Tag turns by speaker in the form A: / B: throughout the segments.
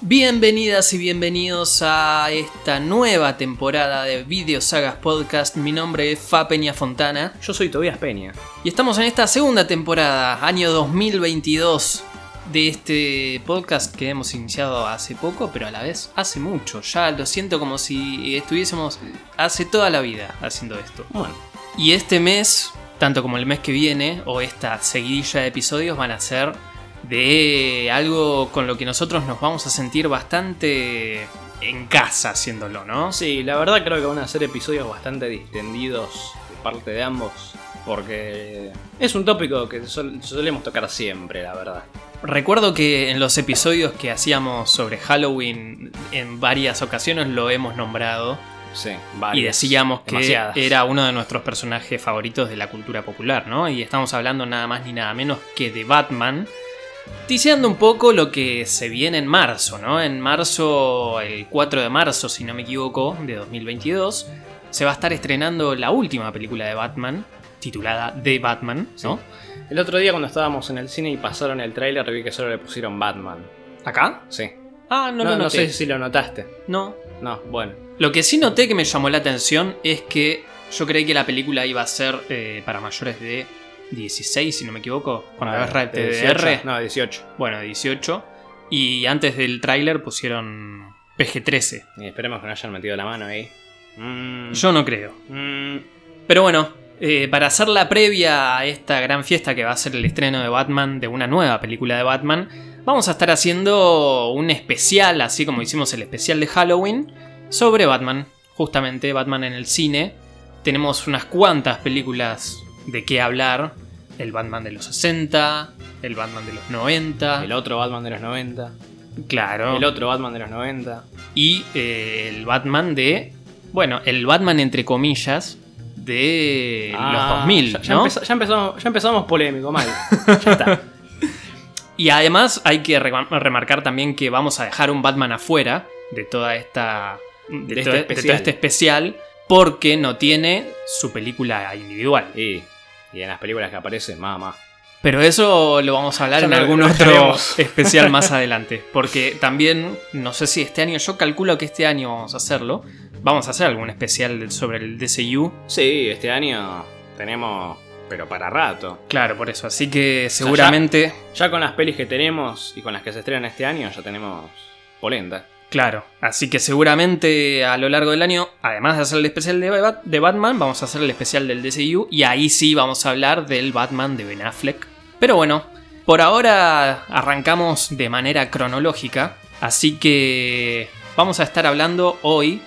A: Bienvenidas y bienvenidos a esta nueva temporada de Videosagas Podcast. Mi nombre es Fa Peña Fontana
B: Yo soy Tobias Peña.
A: y estamos en esta segunda temporada, año 2022 de este podcast que hemos iniciado hace poco, pero a la vez hace mucho. Ya lo siento como si estuviésemos hace toda la vida haciendo esto.
B: Bueno,
A: Y este mes, tanto como el mes que viene, o esta seguidilla de episodios, van a ser de algo con lo que nosotros nos vamos a sentir bastante en casa haciéndolo, ¿no?
B: sí, la verdad creo que van a ser episodios bastante distendidos de parte de ambos, porque es un tópico que sol- solemos tocar siempre, la verdad.
A: Recuerdo que en los episodios que hacíamos sobre Halloween, en varias ocasiones lo hemos nombrado
B: Sí,
A: y
B: varias,
A: decíamos que
B: demasiadas.
A: era uno de nuestros personajes favoritos de la cultura popular, ¿no? Y estamos hablando nada más ni nada menos que de Batman. Tiseando un poco lo que se viene en marzo, ¿no? En marzo, el 4 de marzo, si no me equivoco, de 2022, se va a estar estrenando la última película de Batman, titulada The Batman, ¿no?
B: El otro día cuando estábamos en el cine y pasaron el tráiler vi que solo le pusieron Batman.
A: ¿Acá?
B: Sí.
A: Ah, no, lo
B: No, no
A: noté.
B: sé si lo notaste.
A: No.
B: No, bueno.
A: Lo que sí noté que me llamó la atención es que yo creí que la película iba a ser eh, para mayores de 16, si no me equivoco, con la guerra
B: Ah, de
A: del TDR.
B: No, 18.
A: Bueno, 18. Y antes del tráiler pusieron PG-13.
B: Y esperemos que no hayan metido la mano ahí. Mm,
A: Yo no creo.
B: mm,
A: Pero bueno, eh, para hacer la previa a esta gran fiesta que va a ser el estreno de Batman, de una nueva película de Batman, vamos a estar haciendo un especial, así como hicimos el especial de Halloween, sobre Batman. Justamente Batman en el cine. Tenemos unas cuantas películas de qué hablar. El Batman de los 60, el Batman de los 90.
B: El otro Batman de los 90.
A: claro.
B: El otro Batman de los 90.
A: y eh, el Batman de. Bueno, el Batman entre comillas de
B: Ah,
A: Eh, los 2000,
B: ya, ya
A: ¿no?
B: empeza- ya empezamos, ya empezamos polémico, mal. ya está.
A: Y además hay que re- remarcar también que vamos a dejar un Batman afuera de toda esta. de,
B: De
A: todo, de
B: este
A: todo
B: especial.
A: este especial. Porque no tiene su película individual.
B: Y, y en las películas que aparece, mamá.
A: Pero eso lo vamos a hablar
B: Ya
A: en
B: lo-
A: algún
B: lo
A: otro
B: dejaremos.
A: especial más adelante. Porque también, no sé si este año, yo calculo que este año vamos a hacerlo. Vamos a hacer algún especial sobre el DCU.
B: Sí, este año tenemos, pero para rato.
A: Claro, por eso. Así que seguramente.
B: Ya con las pelis que tenemos y con las que se estrenan este año, ya tenemos polenta.
A: Claro, así que seguramente a lo largo del año, además de hacer el especial de, Bat- de Batman, vamos a hacer el especial del DCU y ahí sí vamos a hablar del Batman de Ben Affleck. Pero bueno, por ahora arrancamos de manera cronológica, así que vamos a estar hablando hoy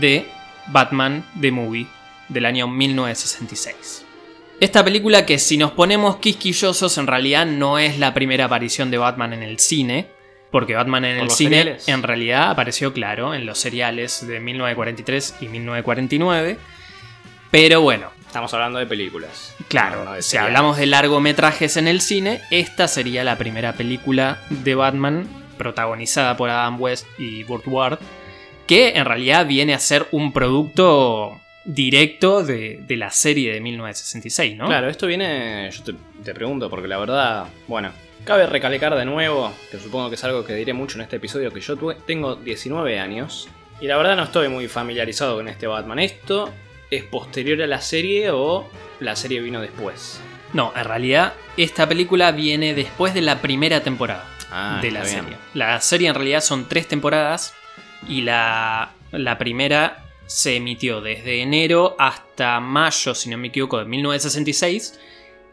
A: de Batman The Movie del año 1966. Esta película que si nos ponemos quisquillosos en realidad no es la primera aparición de Batman en el cine, porque Batman en
B: Por
A: el
B: los
A: cine
B: seriales.
A: en realidad apareció claro en los seriales de 1943 y 1949, pero bueno,
B: Estamos hablando de películas.
A: Claro,
B: No, no de
A: si
B: seriales.
A: hablamos de largometrajes en el cine, esta sería la primera película de Batman protagonizada por Adam West y Burt Ward, que en realidad viene a ser un producto directo de, de la serie de 1966, ¿no?
B: Claro, esto viene, yo te, te pregunto, porque la verdad, bueno, cabe recalcar de nuevo, que supongo que es algo que diré mucho en este episodio, que yo tuve- tengo 19 años y la verdad no estoy muy familiarizado con este Batman. ¿Esto es posterior a la serie o la serie vino después?
A: No, en realidad esta película viene después de la primera temporada.
B: Ah,
A: de la
B: está bien.
A: serie. La serie en realidad son tres temporadas y la, la primera se emitió desde enero hasta mayo, si no me equivoco, de 1966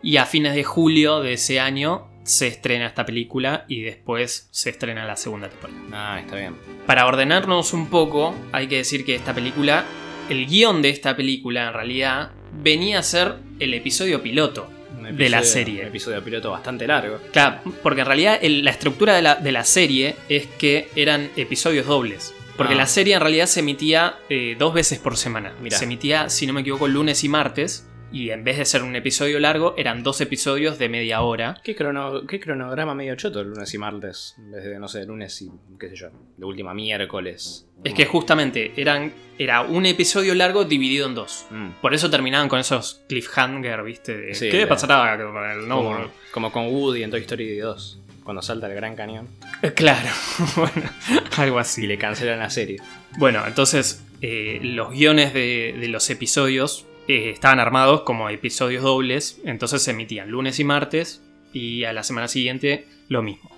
A: y a fines de julio de ese año se estrena esta película y después se estrena la segunda temporada.
B: Ah, está bien.
A: Para ordenarnos un poco, hay que decir que esta película, el guión de esta película en realidad, venía a ser el episodio piloto
B: Un
A: De la serie.
B: Un episodio piloto bastante largo.
A: Claro, porque en realidad el- la estructura de la, de la serie es que eran episodios dobles. Porque
B: Ah.
A: la serie en realidad se emitía eh, dos veces por semana.
B: Mirá.
A: Se emitía, si no me equivoco, lunes y martes. Y en vez de ser un episodio largo, eran dos episodios de media hora.
B: ¿Qué, crono- qué cronograma medio choto el lunes y martes? En vez de, no sé, lunes y, qué sé yo, de última miércoles. Mm.
A: Es que justamente eran, era un episodio largo dividido en dos.
B: Mm.
A: Por eso terminaban con esos cliffhanger, ¿viste? De,
B: Sí,
A: ¿Qué
B: de-
A: pasará con el no?
B: como, como con Woody en Toy Story 2. cuando salta el Gran Cañón
A: Eh, Claro, bueno, algo así.
B: y le cancelan la serie.
A: Bueno, entonces eh, los guiones de, de los episodios eh, estaban armados como episodios dobles, entonces se emitían lunes y martes y a la semana siguiente lo mismo.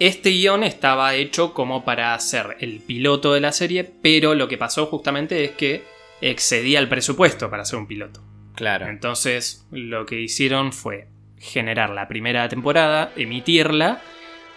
A: Este guión estaba hecho como para hacer el piloto de la serie, pero lo que pasó justamente es que excedía el presupuesto para hacer un piloto.
B: Claro.
A: Entonces lo que hicieron fue generar la primera temporada, emitirla,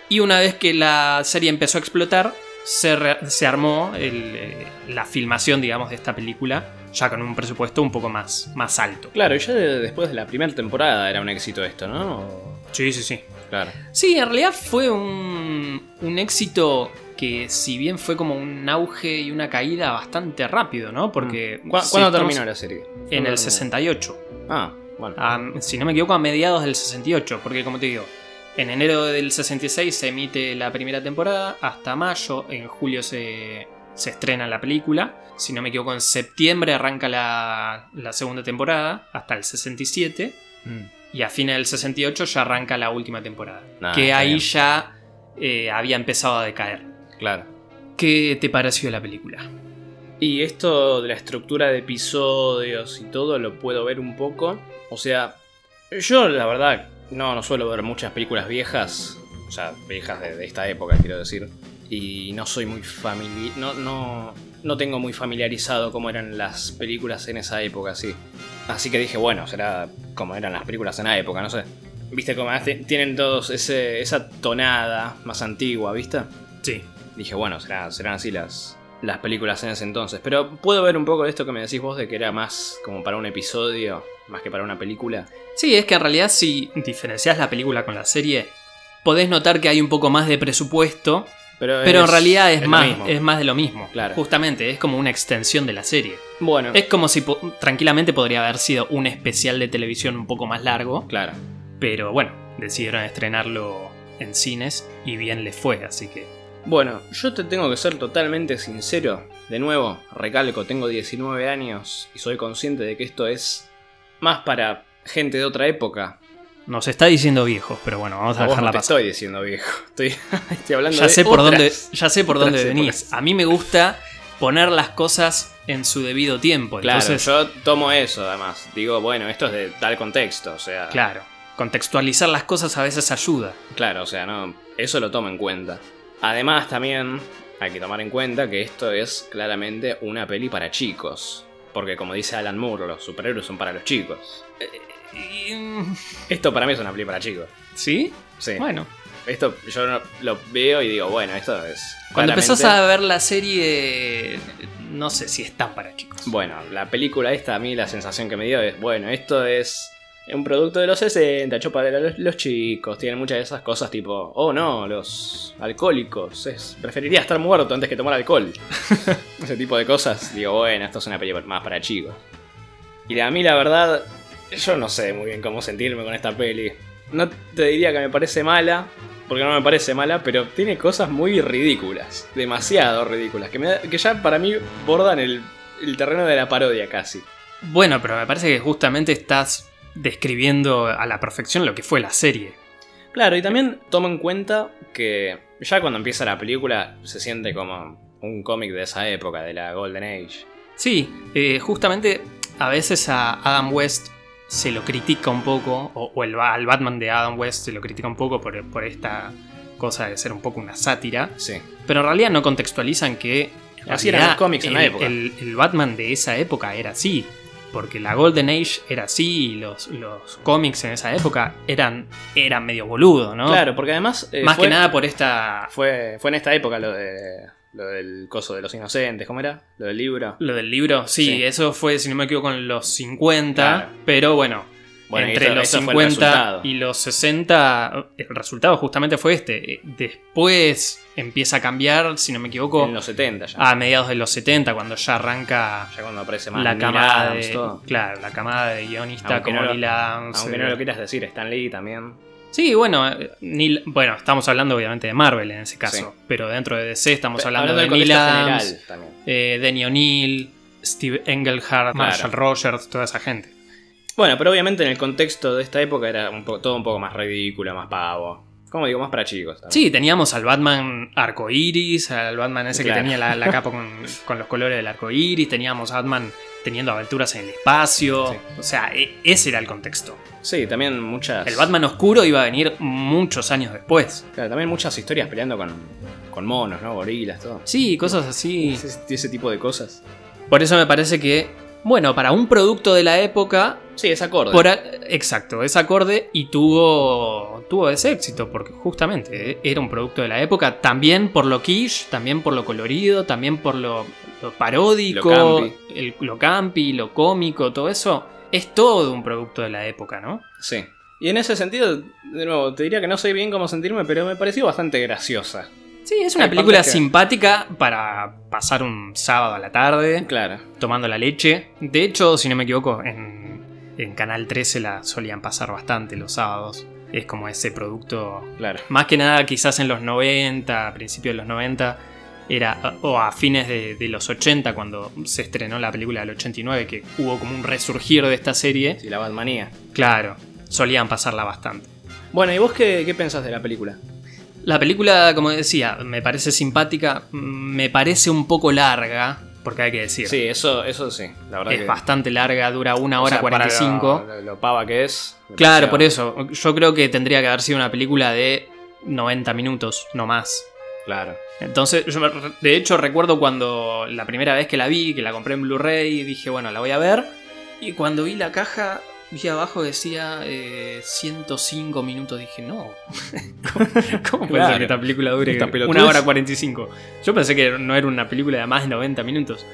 A: y una vez que la serie empezó a explotar, se, re- se armó el, eh, la filmación, digamos, de esta película, ya con un presupuesto un poco más, más alto.
B: Claro, y ya de- después de la primera temporada era un éxito esto, ¿no? O-
A: Sí, sí, sí.
B: Claro.
A: Sí, en realidad fue un, un éxito que si bien fue como un auge y una caída bastante rápido, ¿no? Porque...
B: Mm. ¿Cu- ¿Cuándo
A: si estamos
B: terminó la serie? ¿Cuándo
A: En
B: terminó?
A: el 68.
B: Ah, bueno.
A: a- si no me equivoco, a mediados del 68, porque como te digo, en enero del 66 se emite la primera temporada, hasta mayo, en julio se, se estrena la película, si no me equivoco, en septiembre arranca la, la segunda temporada, hasta el 67,
B: Mm.
A: y a fines del 68 ya arranca la última temporada,
B: Ah,
A: que
B: está
A: ahí
B: bien.
A: ya eh, había empezado a decaer.
B: Claro.
A: ¿Qué te pareció la película?
B: Y esto de la estructura de episodios y todo lo puedo ver un poco. O sea, yo la verdad no, no suelo ver muchas películas viejas. O sea, viejas de, de esta época, quiero decir. Y no soy muy famili... No, no, no tengo muy familiarizado cómo eran las películas en esa época, sí. Así que dije, bueno, será como eran las películas en la época, no sé. Viste como tienen todos ese- esa tonada más antigua, ¿viste?
A: Sí.
B: dije, bueno, será- serán así las, las películas en ese entonces. Pero puedo ver un poco de esto que me decís vos de que era más como para un episodio, más que para una película.
A: Sí, es que en realidad si diferencias la película con la serie, podés notar que hay un poco más de presupuesto,
B: Pero,
A: pero
B: es-
A: en realidad es,
B: lo
A: más,
B: mismo.
A: es más de lo mismo.
B: Claro.
A: Justamente, es como una extensión de la serie.
B: Bueno,
A: Es como si po- tranquilamente podría haber sido un especial de televisión un poco más largo,
B: claro.
A: pero bueno, decidieron estrenarlo en cines y bien les fue, así que...
B: Bueno, yo te tengo que ser totalmente sincero. De nuevo, recalco, tengo 19 años y soy consciente de que esto es más para gente de otra época.
A: Nos está diciendo viejos, pero bueno, vamos a,
B: A vos no
A: dejarla
B: te
A: pasar.
B: estoy diciendo viejo, estoy, estoy hablando
A: Ya
B: de
A: sé, por dónde,
B: otras.
A: ya sé por
B: otras
A: dónde
B: épocas.
A: venís. A mí me gusta poner las cosas en su debido tiempo.
B: Claro,
A: entonces,
B: yo tomo eso además. Digo, bueno, esto es de tal contexto, o sea.
A: Claro, contextualizar las cosas a veces ayuda.
B: Claro, o sea, no, eso lo tomo en cuenta. Además, también hay que tomar en cuenta que esto es claramente una peli para chicos. Porque como dice Alan Moore, los superhéroes son para los chicos. Esto para mí es una peli para chicos.
A: mm, ¿Sí?
B: Sí.
A: Bueno,
B: Esto yo no- lo veo y digo, bueno, esto es...
A: cuando
B: claramente-
A: empezás a ver la serie, no sé si es tan para chicos.
B: Bueno, la película esta a mí la sensación que me dio es, bueno, esto es un producto de los 60, hecho para los, los chicos, tiene muchas de esas cosas tipo, oh no, los alcohólicos, es- preferiría estar muerto antes que tomar alcohol. Ese tipo de cosas, digo, bueno, esto es una película más para chicos. Y la- a mí la verdad, yo no sé muy bien cómo sentirme con esta peli. No te diría que me parece mala, porque no me parece mala, pero tiene cosas muy ridículas, demasiado ridículas, que, me da- que ya para mí bordan el, el terreno de la parodia casi.
A: Bueno, pero me parece que justamente estás describiendo a la perfección lo que fue la serie.
B: Claro, y también toma en cuenta que ya cuando empieza la película se siente como un cómic de esa época, de la Golden Age.
A: Sí, eh, justamente a veces a Adam West se lo critica un poco, o, o el ba- al Batman de Adam West se lo critica un poco por, por esta cosa de ser un poco una sátira.
B: Sí.
A: Pero en realidad no contextualizan que. en
B: Así eran
A: realidad,
B: los cómics en la
A: el-
B: época.
A: El, el Batman de esa época era así. Porque la Golden Age era así y los, los cómics en esa época eran, eran medio boludo, ¿no?
B: Claro, porque además... eh,
A: Más
B: fue-
A: que nada por esta.
B: Fue, fue en esta época lo de lo del coso de los inocentes, ¿cómo era? Lo del libro.
A: Lo del libro, sí,
B: Sí.
A: eso fue, si no me equivoco, en los 50.
B: Claro.
A: Pero bueno,
B: Bueno, y
A: entre
B: esto-
A: los
B: esto fue el
A: 50
B: resultado.
A: y los 60, el resultado justamente fue este. Eh, Después empieza a cambiar, si no me equivoco,
B: En los 70 ya.
A: a mediados de los 70, cuando ya arranca
B: Ya cuando aparece más
A: la
B: Neil
A: camada
B: Adams,
A: de,
B: todo.
A: claro, la camada de guionista
B: Aunque
A: como
B: no lo-
A: Neil Adams,
B: Aunque
A: eh,
B: no lo quieras decir, Stan Lee también.
A: Sí, bueno, eh, Neil- bueno, estamos hablando obviamente de Marvel en ese caso,
B: Sí.
A: pero dentro de DC estamos
B: Pe-
A: hablando, de
B: del
A: Neil
B: contexto
A: Adams,
B: general también.
A: eh, Denny O'Neill, Steve Englehart, Marshall Rogers, toda esa gente.
B: Bueno, pero obviamente en el contexto de esta época era un po- todo un poco más ridículo, más pavo. Como digo, más para chicos. también.
A: Sí, teníamos al Batman arcoiris, al Batman ese
B: Claro.
A: que tenía la, la capa con, con los colores del arcoiris, teníamos a Batman teniendo aventuras en el espacio.
B: Sí.
A: O sea, e- ese era el contexto.
B: Sí, también muchas.
A: El Batman oscuro iba a venir muchos años después.
B: Claro, también muchas historias peleando con, con monos, ¿no? Gorilas, todo.
A: Sí, cosas así.
B: Ese, ese tipo de cosas.
A: Por eso me parece que, bueno, para un producto de la época,
B: Sí, es acorde.
A: por a- exacto, es acorde y tuvo, tuvo ese éxito, porque justamente eh, era un producto de la época, también por lo quiche, también por lo colorido, también por lo, lo paródico,
B: Lo campi.
A: el- lo campi, lo cómico, todo eso. Es todo un producto de la época, ¿no?
B: Sí. Y en ese sentido, de nuevo, te diría que no sé bien cómo sentirme, pero me pareció bastante graciosa.
A: Sí, es una
B: Hay
A: película
B: partes que-
A: simpática para pasar un sábado a la tarde.
B: Claro.
A: tomando la leche. De hecho, si no me equivoco, en, en Canal 13 la solían pasar bastante los sábados. Es como ese producto.
B: Claro.
A: Más que nada, quizás en los 90, a principios de los 90, era, o a fines de, de los 80, cuando se estrenó la película del 89, que hubo como un resurgir de esta serie.
B: Sí, la Batmanía.
A: Claro, solían pasarla bastante.
B: Bueno, ¿y vos qué, qué pensás de la película?
A: La película, como decía, me parece simpática, me parece un poco larga, porque hay que decir.
B: Sí, eso, eso sí. La verdad
A: es
B: que-
A: bastante larga, dura una
B: o
A: hora
B: sea, para
A: 45.
B: Lo, lo- lo pava que es.
A: Claro,
B: demasiado.
A: por eso. Yo creo que tendría que haber sido una película de 90 minutos, no más.
B: Claro.
A: Entonces, yo me- de hecho recuerdo cuando la primera vez que la vi, que la compré en Blu-ray, dije, bueno, la voy a ver. Y cuando vi la caja, vi abajo que decía eh, 105 minutos. Dije, no. ¿Cómo puede ser
B: Claro.
A: que esta película dure
B: Esta pelotudez.
A: una hora 45? Yo pensé que no era una película de más de 90 minutos.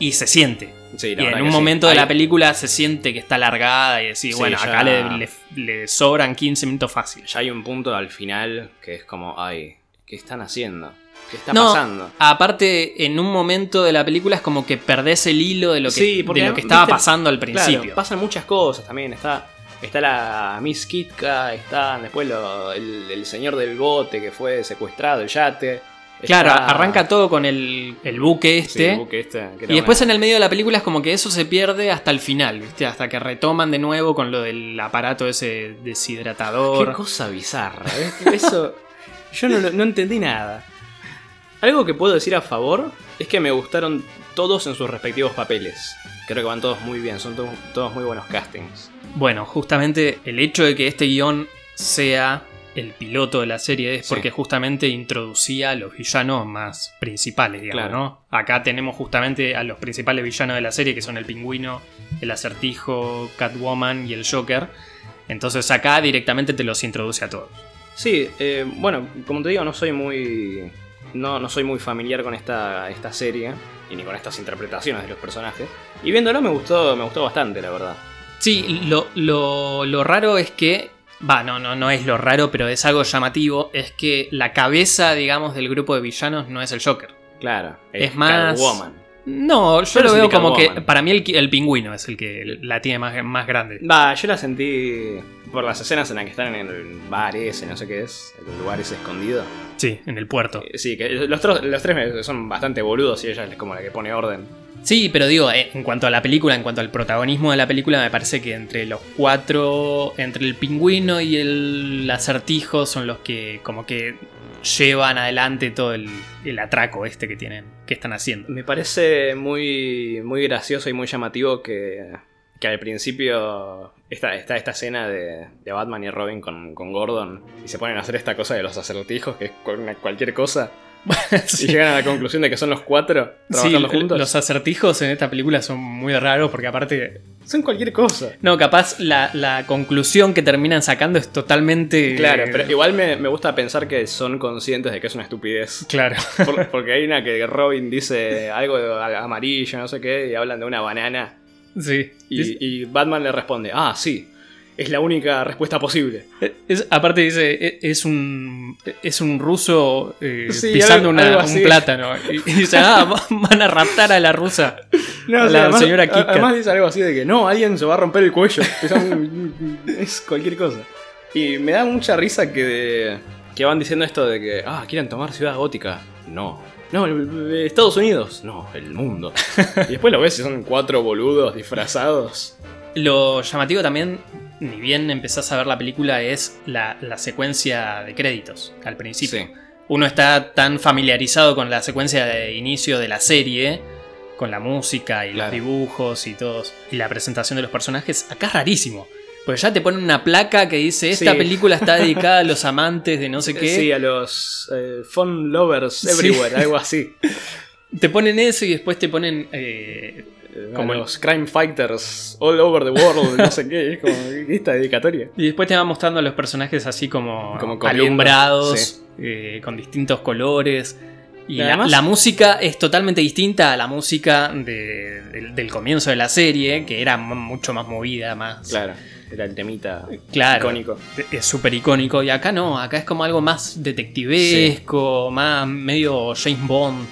A: Y se siente.
B: Sí, la
A: Y
B: verdad
A: en
B: que
A: un
B: sí.
A: momento de
B: Ahí-
A: la película se siente que está alargada y decís,
B: Sí,
A: bueno,
B: ya-
A: acá le, le- le sobran 15 minutos fácil.
B: Ya hay un punto al final que es como, ay, ¿qué están haciendo? ¿Qué está
A: No,
B: pasando?
A: Aparte, en un momento de la película es como que perdés el hilo de lo que,
B: Sí, porque,
A: de lo que estaba
B: viste,
A: pasando al
B: Claro,
A: principio.
B: pasan muchas cosas también. Está, está la Miss Kitka, está después lo- el, el señor del bote que fue secuestrado, el yate.
A: Claro,
B: está-
A: arranca todo con el, el buque
B: Sí,
A: este.
B: el buque este, que era
A: y después
B: una-
A: en el medio de la película es como que eso se pierde hasta el final, ¿viste? Hasta que retoman de nuevo con lo del aparato ese
B: Qué
A: deshidratador.
B: cosa bizarra. ¿eh? Eso. Yo no, lo- no entendí nada. Algo que puedo decir a favor es que me gustaron todos en sus respectivos papeles. Creo que van todos muy bien, son to- todos muy buenos castings.
A: Bueno, justamente el hecho de que este guión sea el piloto de la serie es
B: Sí.
A: porque justamente introducía a los villanos más principales, digamos,
B: Claro.
A: ¿no? Acá tenemos justamente a los principales villanos de la serie, que son el pingüino, el acertijo, Catwoman y el Joker. Entonces acá directamente te los introduce a todos.
B: Sí, eh, bueno, como te digo, no soy muy. No, no soy muy familiar con esta, esta serie. Y ni con estas interpretaciones de los personajes. Y viéndolo me gustó, me gustó bastante, la verdad.
A: Sí, lo, lo- lo raro es que. Va, no, no, no es lo raro, pero es algo llamativo. Es que la cabeza, digamos, del grupo de villanos no es el Joker.
B: Claro.
A: Es más-
B: Catwoman.
A: No, yo
B: Pero
A: lo
B: es
A: veo
B: Indica
A: como que.
B: Woman.
A: Para mí el, qui- el pingüino es el que la tiene más, más grande.
B: Va, yo la sentí por las escenas en las que están en el bar ese, no sé qué es, el lugar ese escondido.
A: Sí, en el puerto.
B: Eh, Sí, que los, tro- los tres son bastante boludos y ella es como la que pone orden.
A: Sí, pero digo, eh, en cuanto a la película, en cuanto al protagonismo de la película, me parece que entre los cuatro, entre el pingüino y el acertijo, son los que como que llevan adelante todo el, el atraco este que tienen, que están haciendo.
B: Me parece muy, muy gracioso y muy llamativo que, que al principio está, está esta escena de, de Batman y Robin con, con Gordon y se ponen a hacer esta cosa de los acertijos, que es con una- cualquier cosa,
A: Sí.
B: y llegan a la conclusión de que son los cuatro
A: Sí,
B: trabajando juntos.
A: los acertijos en esta película son muy raros porque aparte...
B: Son cualquier cosa.
A: No, capaz la, la conclusión que terminan sacando es totalmente...
B: Claro, pero igual me, me gusta pensar que son conscientes de que es una estupidez.
A: Claro.
B: Por- porque hay una que Robin dice algo de a- amarillo, no sé qué, y hablan de una banana.
A: Sí. Es-
B: Y, y Batman le responde, ah, sí, es la única respuesta posible.
A: es- aparte dice, e- es un, es un ruso eh,
B: Sí,
A: pisando
B: algo-
A: una-
B: algo
A: un
B: así.
A: plátano. Y, y dice, ah, va- van a raptar a la rusa. La señora Kit Kat.
B: Además dice algo así de que, no, alguien se va a romper el cuello. Es, un- es cualquier cosa. Y me da mucha risa que, que van diciendo esto de que, ah, quieren tomar Ciudad Gótica. No. No, el- el- el- Estados Unidos. No, el mundo. y después lo ves y son cuatro boludos disfrazados.
A: Lo llamativo también ni bien empezás a ver la película, es la, la secuencia de créditos al principio.
B: Sí.
A: Uno está tan familiarizado con la secuencia de inicio de la serie, con la música y
B: Claro.
A: los dibujos y todos, y la presentación de los personajes. Acá es rarísimo. Porque ya te ponen una placa que dice: Esta
B: Sí.
A: película está dedicada a los amantes de no sé qué.
B: Sí, a los eh, phone lovers everywhere,
A: Sí.
B: algo así.
A: Te ponen eso y después te ponen. eh,
B: Eh,
A: Como
B: a
A: el-
B: los crime fighters all over the world, no sé qué, es como esta dedicatoria.
A: y después te van mostrando a los personajes así como,
B: Como columnas,
A: alumbrados,
B: sí.
A: eh, con distintos colores. Y
B: Y
A: la,
B: además-
A: la música es totalmente distinta a la música de- del, del comienzo de la serie, que era m- mucho más movida, más.
B: Claro, era el temita
A: Claro.
B: icónico.
A: Es súper icónico. Y acá no, acá es como algo más detectivesco, más medio James Bond.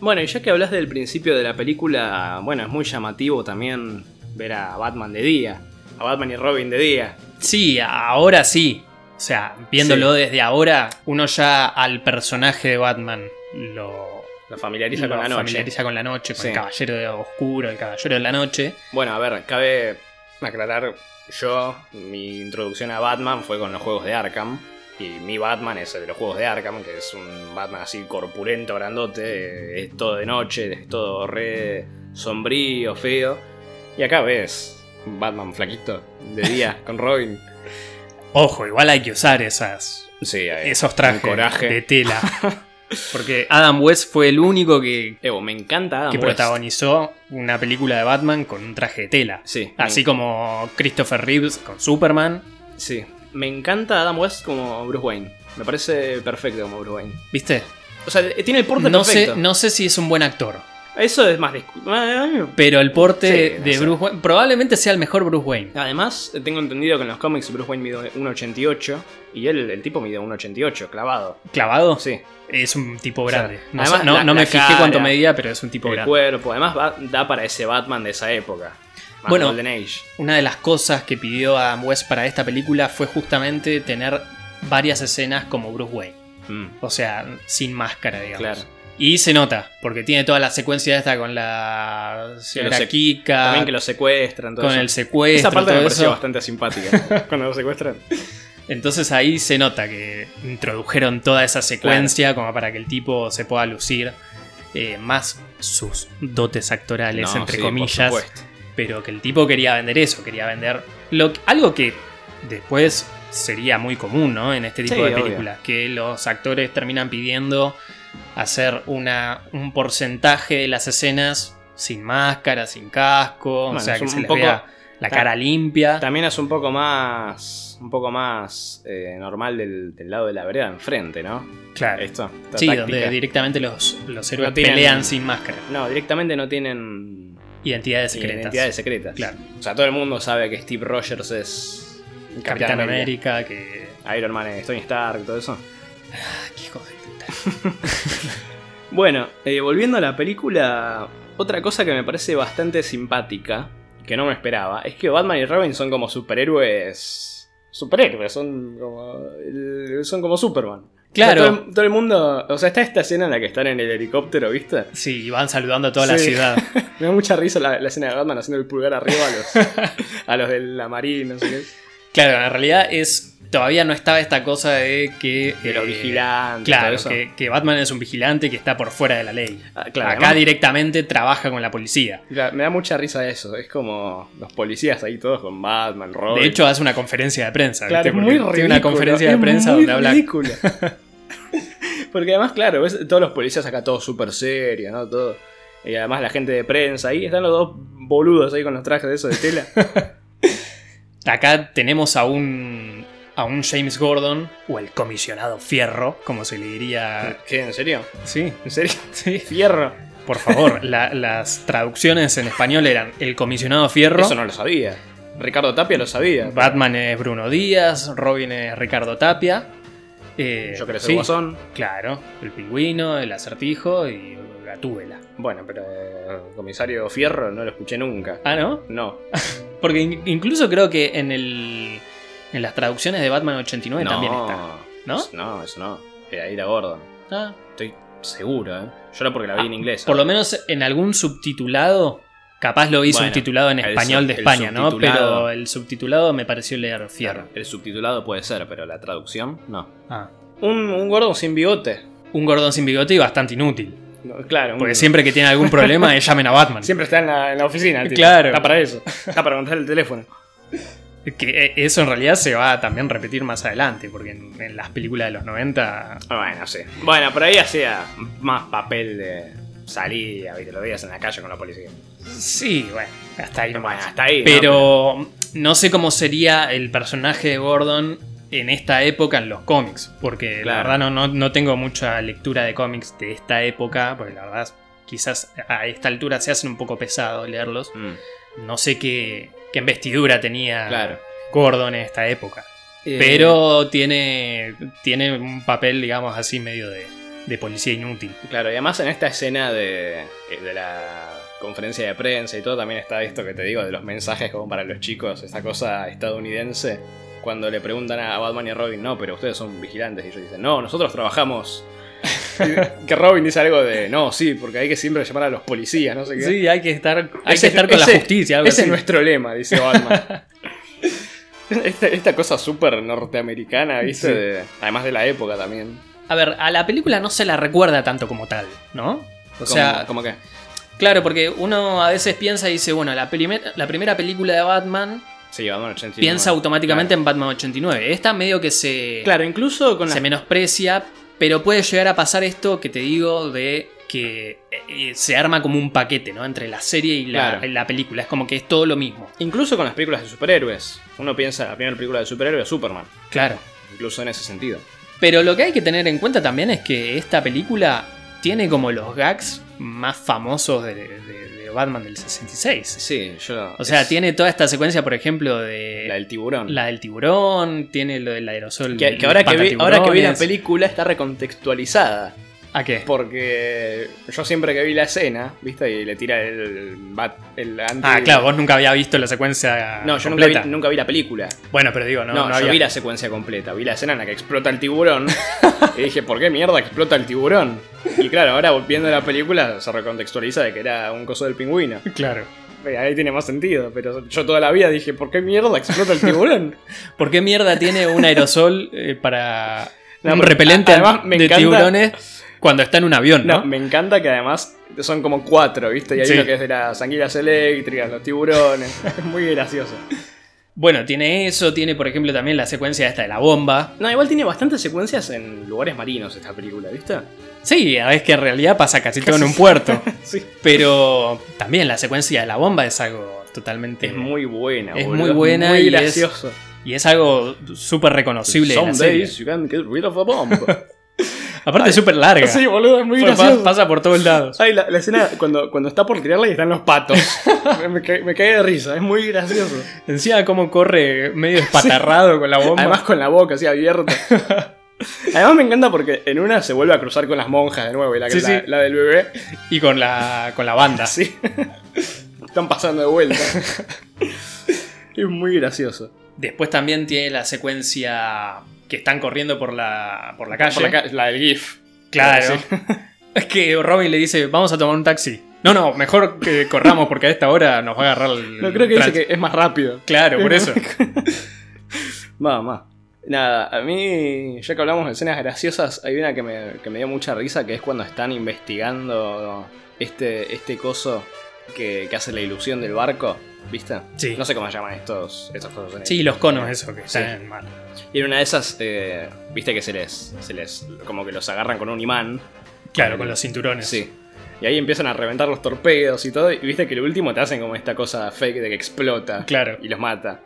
B: Bueno, y ya que hablas del principio de la película, bueno, es muy llamativo también ver a Batman de día, a Batman y Robin de día.
A: Sí, ahora sí. O sea, viéndolo desde ahora, uno ya al personaje de Batman lo,
B: Lo familiariza
A: lo
B: con la noche.
A: familiariza con la noche, con
B: Sí.
A: el caballero de oscuro, el caballero de la noche.
B: Bueno, a ver, cabe aclarar, yo, mi introducción a Batman fue con los juegos de Arkham. Y mi Batman es el de los juegos de Arkham, que es un Batman así corpulento, grandote, eh, es todo de noche, es todo re sombrío, feo. Y acá ves un Batman flaquito, de día, con Robin.
A: Ojo, igual hay que usar esas,
B: Sí, ahí,
A: esos
B: Eh, un
A: trajes
B: coraje.
A: de tela. Porque Adam West fue el único que,
B: Evo, Eh, oh, me encanta Adam
A: que
B: West.
A: protagonizó una película de Batman con un traje de tela.
B: Sí, Mm.
A: Así como Christopher Reeves con Superman.
B: me, sí. Me encanta Adam West como Bruce Wayne. Me parece perfecto como Bruce Wayne.
A: ¿Viste?
B: O sea, tiene el porte
A: No sé,
B: perfecto.
A: no sé si es un buen actor.
B: Eso es más discu- Ah,
A: Pero el porte
B: Sí, no
A: de
B: sé. Ah.
A: Bruce Wayne probablemente sea el mejor Bruce Wayne.
B: Además, tengo entendido que en los cómics Bruce Wayne mide 1.88 y él, el tipo mide 1.88, clavado.
A: Clavado
B: Sí,
A: es un tipo
B: O sea,
A: grande. no
B: además
A: sé- no,
B: la-
A: no me
B: la
A: fijé
B: cara,
A: cuánto medía, pero es un tipo
B: el
A: grande.
B: cuerpo. Además, va- da para ese Batman de esa época. Más
A: Bueno.
B: Golden Age.
A: Una de las cosas que pidió a West para esta película fue justamente tener varias escenas como Bruce Wayne.
B: Mm,
A: O sea, sin máscara, digamos.
B: claro.
A: Y se nota, porque tiene toda la secuencia esta con la señora
B: sec-
A: Kika,
B: También que lo secuestran, todo
A: con
B: eso.
A: el secuestro,
B: Esa parte me
A: todo
B: pareció
A: eso.
B: bastante simpática. cuando lo secuestran.
A: Entonces ahí se nota que introdujeron toda esa secuencia como para que el tipo se pueda lucir eh, más sus dotes actorales,
B: No,
A: entre
B: sí, por
A: comillas.
B: supuesto.
A: Pero que el tipo quería vender eso, quería vender lo que- algo que después sería muy común, ¿no? En este tipo
B: Sí,
A: de
B: obvio.
A: películas, que los actores terminan pidiendo hacer una, un porcentaje de las escenas sin máscara, sin casco, o
B: Bueno,
A: sea,
B: es
A: que
B: un
A: se les
B: poco-
A: vea la
B: ta-
A: cara limpia.
B: También es un poco más. Un poco más eh, normal del, del lado de la vereda enfrente, ¿no?
A: Claro.
B: Esto. esta
A: Sí,
B: táctica.
A: donde directamente los, los héroes
B: No tienen-
A: pelean sin máscara.
B: No, directamente no tienen eh,
A: Identidades secretas.
B: Identidades secretas.
A: Claro.
B: O sea, todo el mundo sabe que Steve Rogers es.
A: Capitán, América, que.
B: Iron Man, es Tony Stark, todo eso.
A: Ah, qué hijo de puta.
B: Bueno, eh, volviendo a la película, otra cosa que me parece bastante simpática, que no me esperaba, es que Batman y Robin son como superhéroes. Superhéroes, son como. el- Son como Superman.
A: Claro.
B: O sea, todo, el, todo el mundo. O sea, está esta escena en la que están en el helicóptero, ¿viste?
A: Sí, y van saludando a toda la
B: Sí.
A: ciudad.
B: Me da mucha risa la, la escena de Batman haciendo el pulgar arriba a los, a los de la marina, no sé qué.
A: Claro, en realidad es. Todavía no estaba esta cosa de que.
B: De los
A: eh,
B: vigilantes. todo
A: Claro,
B: eso.
A: que, que Batman es un vigilante que está por fuera de la ley.
B: Ah, claro,
A: Acá
B: además-
A: directamente trabaja con la policía.
B: Mira, me da mucha risa eso. Es como los policías ahí todos con Batman, Robin.
A: De hecho, hace una conferencia de prensa.
B: claro,
A: ¿viste?
B: es
A: Porque
B: muy
A: Tiene una
B: ridículo,
A: conferencia
B: es
A: de prensa
B: muy
A: donde habla.
B: ridículo. Porque además, claro, ves todos los policías acá todos súper serios, ¿no? Todo. Y además la gente de prensa ahí. Están los dos boludos ahí con los trajes de eso de tela.
A: Acá tenemos a un. a un James Gordon, o el comisionado fierro, como se le diría.
B: Ah, ¿Qué? ¿En serio?
A: Sí,
B: ¿En serio?
A: sí.
B: Fierro.
A: Por favor, la- las traducciones en español eran el comisionado fierro.
B: Eso no lo sabía. Ricardo Tapia lo sabía.
A: Batman es Bruno Díaz, Robin es Ricardo Tapia. eh,
B: Yo creo que es
A: sí,
B: el guasón.
A: Claro, el pingüino, el acertijo y Gatúbela.
B: Bueno, pero eh, comisario Fierro no lo escuché nunca.
A: Ah, ¿no?
B: No.
A: Porque in- incluso creo que en el en las traducciones de Batman 89 también está. ¿No?
B: No, eso no. Era ir a Gordon.
A: Ah,
B: Estoy seguro, ¿eh? Yo era porque la vi
A: Ah,
B: en inglés.
A: por lo
B: ahora.
A: menos en algún subtitulado Capaz lo hizo
B: Bueno,
A: un titulado en
B: el
A: español
B: sub-
A: de
B: el
A: España, ¿no?
B: subtitulado-
A: Pero el subtitulado me pareció leer fierro.
B: El subtitulado puede ser, pero la traducción no.
A: Ah.
B: Un, un gordo sin bigote.
A: Un gordón sin bigote y bastante inútil.
B: No, Claro, un-
A: Porque siempre que tiene algún problema, eh, llamen a Batman.
B: Mm. siempre está en la, en la oficina. el tipo.
A: Claro.
B: Está para eso. Está para contar el teléfono.
A: Que eh, eso en realidad se va a también repetir más adelante, porque en, en las películas de los 90.
B: Ah, Bueno, sí. Bueno, pero ahí hacía más papel de salida, ¿viste? Lo veías en la calle con la policía.
A: Sí, bueno, hasta ahí
B: Bueno,
A: nomás.
B: hasta ahí. ¿no?
A: Pero no sé cómo sería el personaje de Gordon en esta época en los cómics, porque la
B: Claro.
A: verdad no, no, no tengo mucha lectura de cómics de esta época, porque la verdad quizás a esta altura se hacen un poco pesado leerlos.
B: Mm,
A: No sé qué, qué investidura tenía
B: claro.
A: Gordon en esta época.
B: Eh,
A: Pero tiene, tiene un papel, digamos así, medio de, de policía inútil.
B: Claro, y además en esta escena de, eh, de la conferencia de prensa y todo, también está esto que te digo de los mensajes como para los chicos, esta cosa estadounidense. Cuando le preguntan a Batman y a Robin, no, pero ustedes son vigilantes. Y ellos dicen, no, nosotros trabajamos. Y que Robin dice algo de, no, sí, porque hay que siempre llamar a los policías, no sé qué.
A: Sí, hay que estar, hay
B: Ese-
A: que estar con
B: ese-
A: la justicia. Algo
B: Ese es
A: así.
B: nuestro lema, dice Batman. esta, esta cosa súper norteamericana, ¿viste?
A: Sí.
B: De- además de la época también.
A: A ver, a la película no se la recuerda tanto como tal, ¿no? O sea,
B: como que.
A: claro, porque uno a veces piensa y dice, bueno, la, primer- la primera película de Batman
B: Sí, Batman 89.
A: piensa automáticamente
B: Claro.
A: en Batman 89. Esta medio que se,
B: Claro, incluso con
A: se
B: las
A: menosprecia, pero puede llegar a pasar esto que te digo de que eh, se arma como un paquete, ¿no? Entre la serie y la,
B: Claro.
A: la película. Es como que es todo lo mismo.
B: Incluso con las películas de superhéroes. Uno piensa, la primera película de superhéroes es Superman.
A: Claro.
B: Incluso en ese sentido.
A: Pero lo que hay que tener en cuenta también es que esta película tiene como los gags más famosos de, de- de Batman del 66.
B: Sí, yo.
A: O sea,
B: es
A: tiene toda esta secuencia, por ejemplo, de
B: La del tiburón.
A: la del tiburón, tiene lo del aerosol.
B: Que,
A: del
B: que ahora, que vi, ahora que vi la
A: espantatiburones.
B: película está recontextualizada.
A: ¿A qué?
B: Porque yo siempre que vi la escena, ¿viste? Y le tira el bat. El anti-
A: Ah, claro, vos nunca había visto la secuencia.
B: No, yo nunca vi,
A: completa.
B: nunca vi la película.
A: Bueno, pero digo, no,
B: No,
A: no,
B: yo
A: había-
B: vi la secuencia completa. Vi la escena en la que explota el tiburón. y dije, ¿por qué mierda que explota el tiburón? Y claro, ahora viendo la película se recontextualiza de que era un coso del pingüino.
A: Claro.
B: Eh, Ahí tiene más sentido, pero yo toda la vida dije, ¿por qué mierda explota el tiburón?
A: ¿Por qué mierda tiene un aerosol eh, para
B: No,
A: un
B: pero-
A: repelente
B: además, me
A: de
B: encanta-
A: tiburones cuando está en un avión,
B: No,
A: no?
B: me encanta que además son como cuatro, ¿viste? Y hay
A: Sí.
B: uno que es de las anguilas eléctricas, los tiburones. Es muy gracioso.
A: Bueno, tiene eso, tiene por ejemplo también la secuencia esta de la bomba.
B: No, igual tiene bastantes secuencias en lugares marinos esta película, ¿viste?
A: Sí, a veces que en realidad pasa casi todo en un puerto.
B: Sí.
A: Pero también la secuencia de la bomba es algo totalmente...
B: Es muy buena,
A: Es
B: boludo,
A: muy buena
B: muy
A: y es
B: gracioso.
A: Y es algo súper reconocible. de la
B: Some
A: serie.
B: days you can get rid of a bomb.
A: Aparte es súper larga.
B: sí, boludo, es muy
A: Pues pa-
B: gracioso.
A: pasa por todos lados.
B: Ay, la, la escena cuando, cuando está por tirarla y están los patos. me, me ca- me caí de risa, es muy gracioso.
A: Encima cómo corre medio espatarrado con la bomba.
B: Además con la boca así abierta. Además me encanta porque en una se vuelve a cruzar con las monjas de nuevo y la,
A: Sí,
B: la-
A: sí. Ah.
B: la del bebé.
A: y con la, con la banda.
B: Así. Están pasando de vuelta. es muy gracioso.
A: Después también tiene la secuencia que están corriendo por la, por la calle.
B: Por la, ca- la del GIF.
A: Claro.
B: Sí.
A: Es que Robin le dice, vamos a tomar un taxi. No, no, mejor que corramos porque a esta hora nos va a agarrar el...
B: No, creo que dice
A: tránsito".
B: que es más rápido.
A: Claro, por eso.
B: Mamá. Nada, a mí, ya que hablamos de escenas graciosas, hay una que me, que me dio mucha risa, que es cuando están investigando este, este coso que, que hace la ilusión del barco, ¿viste?
A: Sí.
B: No sé cómo se llaman estos, estas cosas. en
A: Sí, los conos eso que están
B: Sí.
A: mal.
B: Y en una de esas, eh, ¿viste que se les, se les, como que los agarran con un imán?
A: Claro, con los cinturones.
B: Sí. Y ahí empiezan a reventar los torpedos y todo, y viste que lo último te hacen como esta cosa fake de que explota.
A: Claro.
B: y los mata.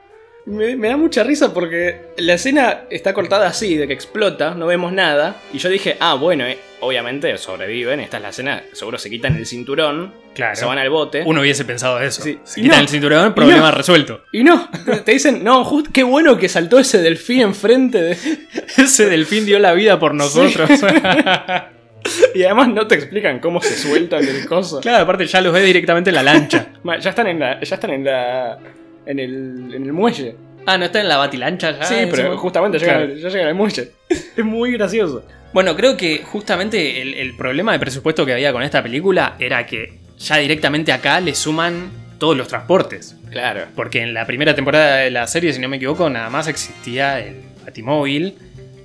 B: Me, me da mucha risa porque la escena está cortada así, de que explota, no vemos nada. Y yo dije, ah, bueno, eh, obviamente sobreviven, esta es la escena, seguro se quitan el cinturón,
A: Claro.
B: se van al bote.
A: Uno hubiese pensado eso.
B: Sí.
A: Se
B: Y
A: quitan
B: no.
A: el cinturón, problema
B: no.
A: resuelto.
B: Y no, te dicen, no, just, qué bueno que saltó ese delfín enfrente de...
A: Ese delfín dio la vida por nosotros.
B: Y además no te explican cómo se suelta el coso.
A: claro, aparte ya los ve directamente en la lancha.
B: Ma, Ya están en la... Ya están en la... En el, en el muelle.
A: Ah, ¿no está en la batilancha ya?
B: sí,
A: en ese
B: pero
A: momento?
B: justamente llegan,
A: Claro.
B: ya llegan al muelle. Es muy gracioso.
A: Bueno, creo que justamente el, el problema de presupuesto que había con esta película era que ya directamente acá le suman todos los transportes.
B: Claro.
A: Porque en la primera temporada de la serie, si no me equivoco, nada más existía el Batimóvil.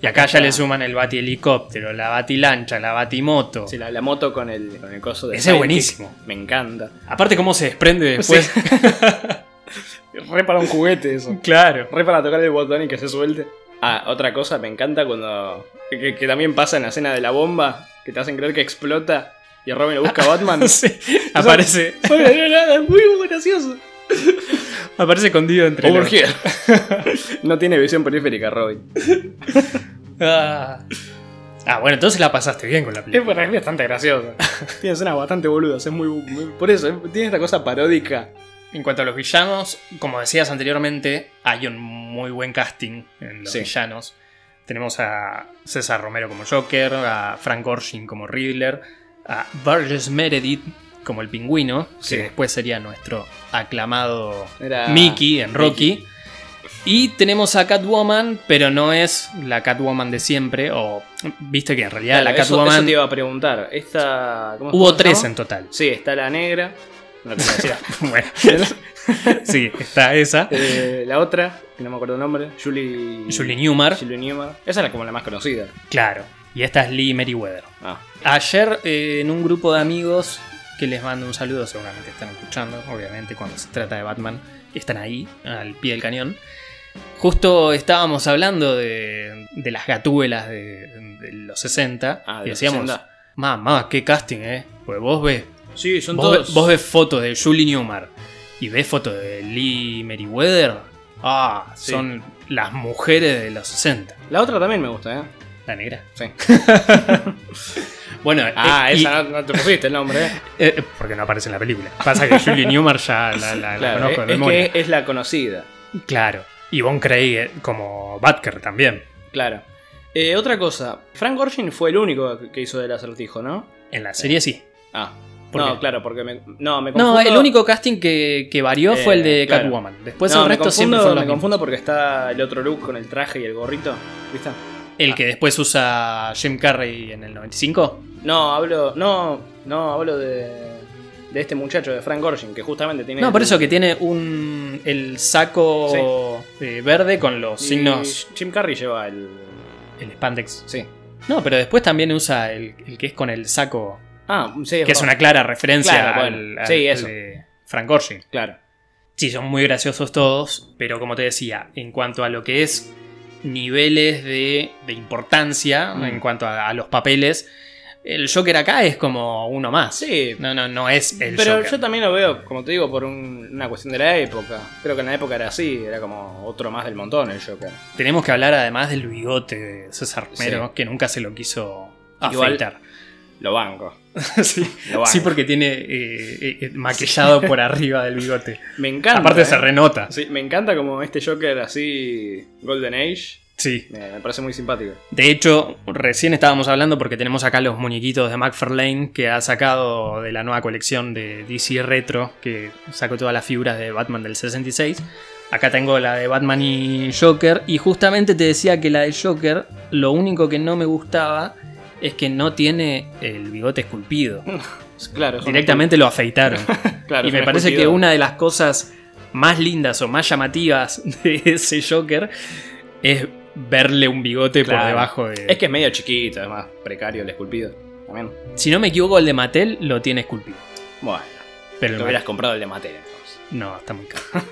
A: Y acá ya
B: Ah.
A: le suman el Bati helicóptero, la Batilancha, la Batimoto.
B: Sí, la, la moto con el, con el coso de.
A: Ese es buenísimo.
B: Me encanta.
A: Aparte, cómo se desprende después.
B: Re para un juguete eso.
A: claro.
B: Re para tocar el botón y que se suelte. Ah, otra cosa, me encanta cuando. Que, que también pasa en la escena de la bomba, que te hacen creer que explota y Robin lo busca a Batman.
A: Sí, aparece,
B: Bueno, no, nada, es muy gracioso.
A: aparece escondido entre
B: Over
A: los-
B: here. no tiene visión periférica, Robin.
A: Ah. Ah, bueno, entonces la pasaste bien con la
B: Es
A: película.
B: para mí bastante gracioso. Tiene escenas bastante boludas, es muy, muy- Por eso, eh, tiene esta cosa paródica.
A: En cuanto a los villanos, como decías anteriormente, hay un muy buen casting en los
B: Sí.
A: villanos. Tenemos a César Romero como Joker, a Frank Gorshin como Riddler, a Burgess Meredith como el pingüino,
B: Sí. Ah,
A: que después sería nuestro aclamado
B: Era.
A: Mickey en Rocky. Y tenemos a Catwoman, pero no es la Catwoman de siempre, o viste que en realidad
B: Claro,
A: la
B: eso-
A: Catwoman...
B: eso te iba a preguntar. Esta. ¿cómo-
A: Hubo
B: cómo se
A: tres
B: llama?
A: en total.
B: Sí, está la negra. No te conocía.
A: Bueno, sí, está esa.
B: Eh, la otra, que no me acuerdo el nombre, Julie.
A: Julie Newmar,
B: Julie Newmar. Esa era como la más conocida.
A: claro. Y esta es Lee Meriwether.
B: Ah,
A: Ayer eh, en un grupo de amigos que les mando un saludo, seguramente están escuchando, obviamente cuando se trata de Batman, están ahí, al pie del cañón. Justo estábamos hablando de, de las gatuelas de, de los 60
B: ah
A: y
B: de los
A: decíamos,
B: 60.
A: mamá, qué casting, ¿eh? Pues vos ves
B: Sí, son
A: Vos, ve-
B: todos.
A: vos ves fotos de Julie Newmar y ves fotos de Lee Meriwether. Ah,
B: Sí.
A: son las mujeres de los 60.
B: La otra también me gusta, ¿eh?
A: La negra.
B: Sí.
A: Bueno,
B: Ah,
A: eh, y-
B: esa no, no te pusiste el nombre, ¿eh?
A: eh, eh, porque no aparece en la película. Pasa que Julie Newmar ya la, la- la
B: Claro,
A: conozco
B: es,
A: de
B: es
A: memoria.
B: que es la conocida.
A: Claro. Y Von Craig eh, como Batker también.
B: Claro. Eh, otra cosa, Frank Gorshin fue el único que- que hizo del acertijo, ¿no?
A: En la serie sí.
B: Ah.
A: ¿Por
B: no,
A: qué?
B: claro, porque me, no, me confundo.
A: No, el único casting que, que varió fue el de
B: Eh, claro.
A: Catwoman. Después
B: no,
A: el
B: me
A: resto
B: confundo,
A: siempre fueron los
B: me
A: mismos.
B: confundo porque está el otro look con el traje y el gorrito, ¿viste?
A: El
B: Ah.
A: que después usa Jim Carrey en el 95.
B: No, hablo, no, no, hablo de, de este muchacho de Frank Gorshin, que justamente tiene
A: No, por eso que
B: el-
A: tiene un el saco eh, verde con los
B: y
A: signos,
B: Jim Carrey lleva el
A: el spandex.
B: sí.
A: No, pero después también usa el, el que es con el saco,
B: Ah, sí,
A: que es
B: verdad.
A: una clara referencia
B: Claro,
A: al,
B: bueno,
A: al-
B: sí, eso.
A: de Frank Gorshin.
B: claro.
A: Sí, son muy graciosos todos, pero como te decía, en cuanto a lo que es niveles de, de importancia,
B: Mm.
A: en cuanto a, a los papeles, el Joker acá es como uno más.
B: Sí,
A: No, no, no es el
B: pero
A: Joker.
B: yo también lo veo, como te digo, por un- una cuestión de la época. Creo que en la época era así, era como otro más del montón el Joker.
A: Tenemos que hablar además del bigote de César Romero,
B: Sí.
A: que nunca se lo quiso
B: Igual-
A: afeitar.
B: Lo banco.
A: sí,
B: Lo banco.
A: sí, porque tiene eh, eh, eh, maquillado por arriba del bigote.
B: Me encanta.
A: Aparte
B: eh.
A: se renota.
B: Sí, me encanta como este Joker así Golden Age.
A: Sí.
B: Me, me parece muy simpático.
A: De hecho, recién estábamos hablando porque tenemos acá los muñequitos de McFarlane que ha sacado de la nueva colección de DC Retro, que sacó todas las figuras de Batman del 66. Acá tengo la de Batman y Joker, y justamente te decía que la de Joker, lo único que no me gustaba es que no tiene el bigote esculpido.
B: Claro, son-
A: Directamente lo afeitaron.
B: claro,
A: y
B: son
A: me parece que
B: esculpidos.
A: una de las cosas más lindas o más llamativas de ese Joker es verle un bigote por
B: Claro.
A: debajo de...
B: Es que es medio chiquito, además, precario el esculpido. También.
A: Si no me equivoco, el de Mattel lo tiene esculpido.
B: Bueno,
A: Pero
B: te
A: el
B: hubieras
A: Mattel-
B: comprado el de materia entonces.
A: No, está muy caro.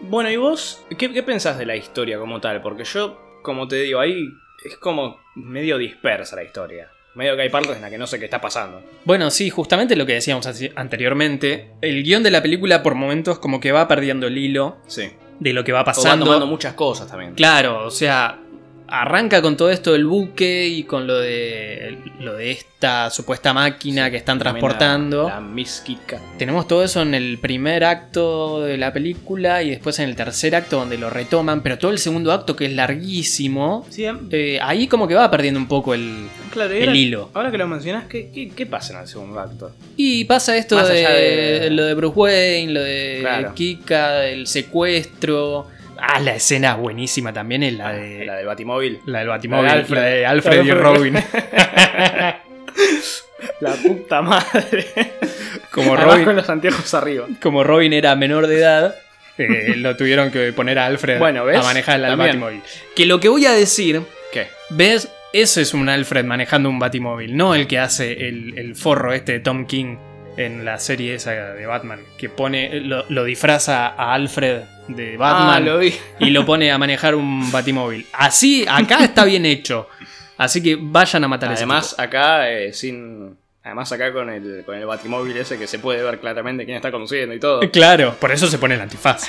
B: Bueno, ¿y vos? ¿Qué, qué pensás de la historia como tal? Porque yo, como te digo, ahí es como medio dispersa la historia. Medio que hay partes en las que no sé qué está pasando.
A: Bueno, sí, justamente lo que decíamos así- anteriormente. El guión de la película por momentos como que va perdiendo el hilo
B: Sí.
A: de lo que va
B: Pasando.
A: pasando.
B: tomando muchas cosas también.
A: Claro, o sea, arranca con todo esto del buque y con lo de, lo de esta supuesta máquina que están
B: También
A: transportando.
B: La, la Miss Kika.
A: Tenemos todo eso en el primer acto de la película y después en el tercer acto donde lo retoman, pero todo el segundo acto que es larguísimo,
B: Sí, em,
A: eh, ahí como que va perdiendo un poco el,
B: claro, y
A: el
B: ahora-
A: hilo.
B: Ahora que lo mencionás, ¿qué, qué, qué pasa en el segundo acto?
A: Y pasa esto
B: Más
A: de,
B: allá de-
A: lo de Bruce Wayne, lo de
B: Claro.
A: Kika, el secuestro. Ah, la escena es buenísima también es la de
B: Ah, eh. la del Batimóvil.
A: la del
B: la
A: Batimóvil,
B: de
A: la
B: Alfred.
A: de Alfred y
B: Alfred.
A: Robin.
B: La puta madre.
A: Como
B: Además,
A: Robin,
B: con los anteojos arriba.
A: como Robin era menor de edad, eh, lo tuvieron que poner a Alfred
B: Bueno, ¿ves?
A: a manejar el
B: También.
A: Batmóvil. Que lo que voy a decir,
B: ¿Qué?
A: ¿ves? Eso es un Alfred manejando un Batimóvil, no el que hace el, el forro este de Tom King en la serie esa de Batman, que pone lo, lo disfraza a Alfred de
B: Ah,
A: Batman
B: lo vi.
A: y lo pone a manejar un Batimóvil. Así, acá está bien hecho. Así que vayan a matar a ese tipo.
B: Además, acá eh, sin. Además, acá con el, con el batimóvil ese que se puede ver claramente quién está conduciendo y todo.
A: Claro, por eso se pone el antifaz.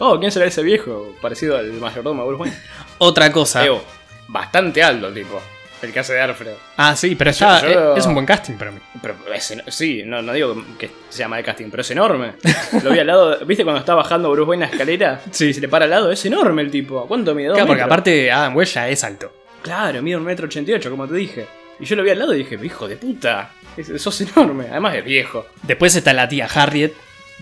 B: Oh, ¿quién será ese viejo? Parecido al mayordomo de Bruce Wayne.
A: Otra cosa.
B: Evo, bastante alto el tipo. El que hace de Alfred.
A: Ah, sí, pero está,
B: Yo- yo-
A: eh, es un buen casting para mí.
B: Pero es eno- sí, no, no digo que se llama de casting, pero es enorme. Lo vi al lado. ¿Viste cuando está bajando Bruce Wayne la escalera?
A: Sí.
B: Y se le para al lado, es enorme el tipo. ¿Cuánto mide? Dos
A: Claro, porque
B: metros.
A: aparte Adam West ya es alto.
B: Claro, mide un metro ochenta y ocho, como te dije. Y yo lo vi al lado y dije, hijo de puta, es- sos enorme. Además es viejo.
A: Después está la tía Harriet,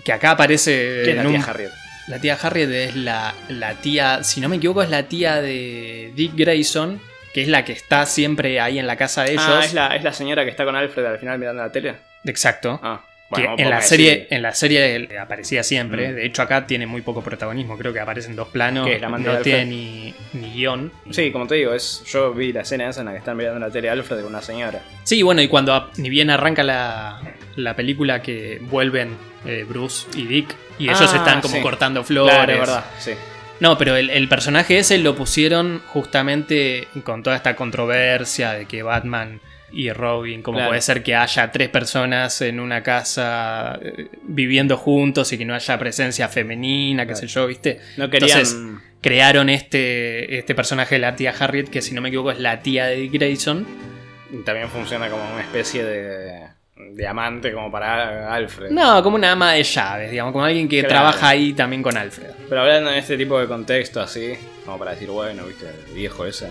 A: que acá aparece...
B: ¿Qué es
A: Eh, en
B: la
A: un-
B: tía Harriet?
A: La tía Harriet es la, la tía, si no me equivoco, es la tía de Dick Grayson, que es la que está siempre ahí en la casa de ellos.
B: Ah, es la, es la señora que está con Alfred al final mirando la tele.
A: Exacto.
B: Ah,
A: que en,
B: vos
A: la
B: podés
A: serie,
B: decir
A: en la serie aparecía siempre.
B: Mm.
A: De hecho, acá tiene muy poco protagonismo. Creo que aparecen dos planos.
B: Que es la amante de
A: no
B: Alfred.
A: tiene ni, ni guión.
B: Sí, como te digo, es, yo vi la escena esa en la que están mirando la tele Alfred con una señora.
A: Sí, bueno, y cuando ap- ni bien arranca la, la película que vuelven eh, Bruce y Dick y ellos
B: Ah,
A: están como
B: sí.
A: cortando flores.
B: Claro, es verdad, sí.
A: No, pero el, el personaje ese lo pusieron justamente con toda esta controversia de que Batman y Robin, como
B: Claro.
A: puede ser que haya tres personas en una casa eh, viviendo juntos y que no haya presencia femenina, qué sé
B: Claro.
A: yo, ¿viste?
B: No querían.
A: Entonces, Crearon este, este personaje de la tía Harriet, que si no me equivoco es la tía de Dick Grayson.
B: También funciona como una especie de, de amante como para Alfred.
A: No, como una ama de llaves, digamos, como alguien que
B: Claro.
A: trabaja ahí también con Alfred.
B: Pero hablando en este tipo de contexto así, como para decir, bueno, viste, el viejo ese.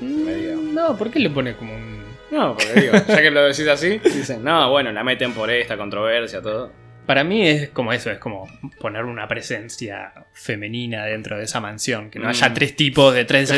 B: Medio.
A: Mm, No, ¿por qué le pone como un...
B: No, porque digo, ya que lo decís así, dicen, no, bueno, la meten por esta controversia, todo.
A: Para mí es como eso, es como poner una presencia femenina dentro de esa mansión, que no
B: Mm.
A: haya tres tipos de tres,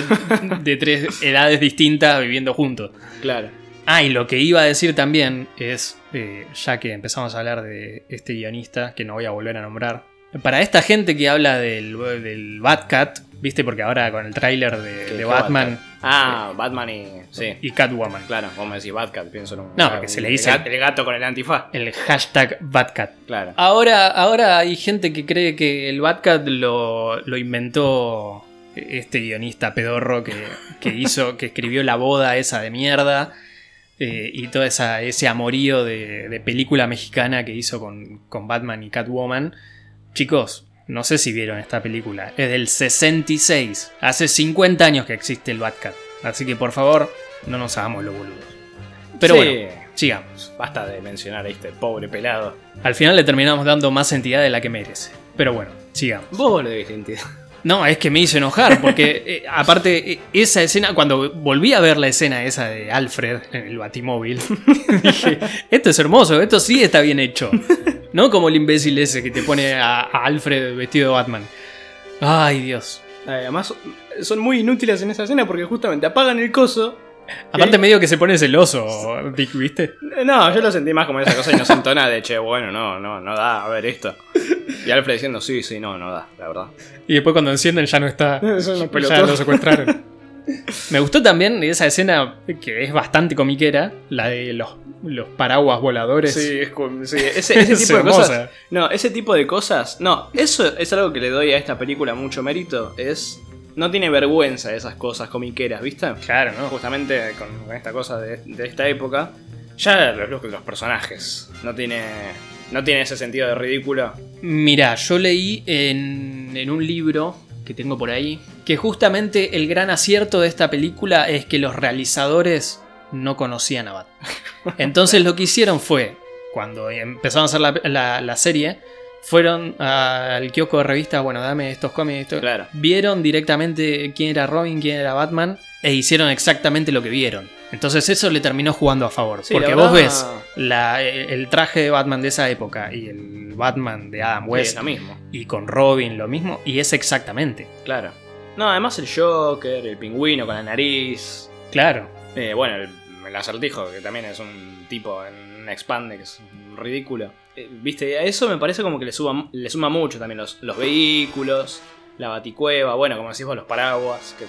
A: de tres edades distintas viviendo juntos.
B: Claro.
A: Ah, y lo que iba a decir también es, eh, ya que empezamos a hablar de este guionista, que no voy a volver a nombrar, para esta gente que habla del, del Batcat, viste, porque ahora con el tráiler de,
B: ¿Qué-
A: de
B: qué
A: Batman
B: Ah, Batman y. Sí.
A: y Catwoman,
B: Claro, vos me decís Batcat, pienso en un.
A: No, porque se le dice-
B: El gat- el gato, con el antifaz.
A: el hashtag Batcat.
B: Claro.
A: Ahora, ahora hay gente que cree que el Batcat lo, lo inventó este guionista pedorro que, que hizo, que escribió la boda esa de mierda. eh, y todo esa, ese amorío de, de película mexicana que hizo con, con Batman y Catwoman. Chicos, no sé si vieron esta película. Es del 66. Hace 50 años que existe el Batcat. Así que por favor, no nos hagamos los boludos. Ah, Pero
B: Sí,
A: bueno, sigamos.
B: Basta de mencionar a este pobre pelado.
A: Al final le terminamos dando más entidad de la que merece. Pero bueno, sigamos.
B: Vos le diste entidad.
A: No, es que me hizo enojar, porque eh, aparte, eh, esa escena, cuando volví a ver la escena esa de Alfred en el batimóvil, dije, esto es hermoso, esto sí está bien hecho. No como el imbécil ese que te pone a, a Alfred vestido de Batman. Ay, Dios.
B: Además, son muy inútiles en esa escena porque justamente apagan el coso.
A: Aparte medio que se pone celoso, Dick, ¿viste?
B: No, yo lo sentí más como esa cosa inocentona de che, bueno, no, no, no da, a ver esto. Y Alfred diciendo, sí, sí, no, no da, la verdad.
A: Y después cuando encienden ya no está.
B: Son unos
A: ya
B: pelotudos.
A: lo secuestraron. Me gustó también esa escena que es bastante comiquera, la de los, los paraguas voladores.
B: Sí, es como- sí, ese, ese
A: Es
B: tipo de
A: hermosa.
B: cosas. No, ese tipo de cosas. No, eso es algo que le doy a esta película mucho mérito. Es. No tiene vergüenza de esas cosas comiqueras, ¿viste?
A: Claro, ¿no?
B: Justamente con, con esta cosa de, de esta época. Ya los looks de los personajes. No tiene. No tiene ese sentido de ridículo.
A: Mira, yo leí en, en un libro que tengo por ahí que justamente el gran acierto de esta película es que los realizadores no conocían a Batman. Entonces lo que hicieron fue, cuando empezaron a hacer la, la- la serie, fueron al kiosco de revistas, bueno, dame estos cómics, esto-
B: Claro.
A: vieron directamente quién era Robin, quién era Batman, e hicieron exactamente lo que vieron. Entonces eso le terminó jugando a favor.
B: Sí,
A: porque
B: la
A: vos ves
B: verdad-
A: la- el, el traje de Batman de esa época y el Batman de Adam
B: Pues,
A: West
B: lo mismo.
A: y con Robin lo mismo, y es exactamente.
B: Claro. No, además el Joker, el pingüino con la nariz.
A: Claro.
B: eh, bueno, el, el acertijo, que también es un tipo en un expandex, un ridículo. Eh, Viste, a eso me parece como que le, suba, le suma mucho también los, los vehículos, la baticueva, bueno, como decís vos, los paraguas, que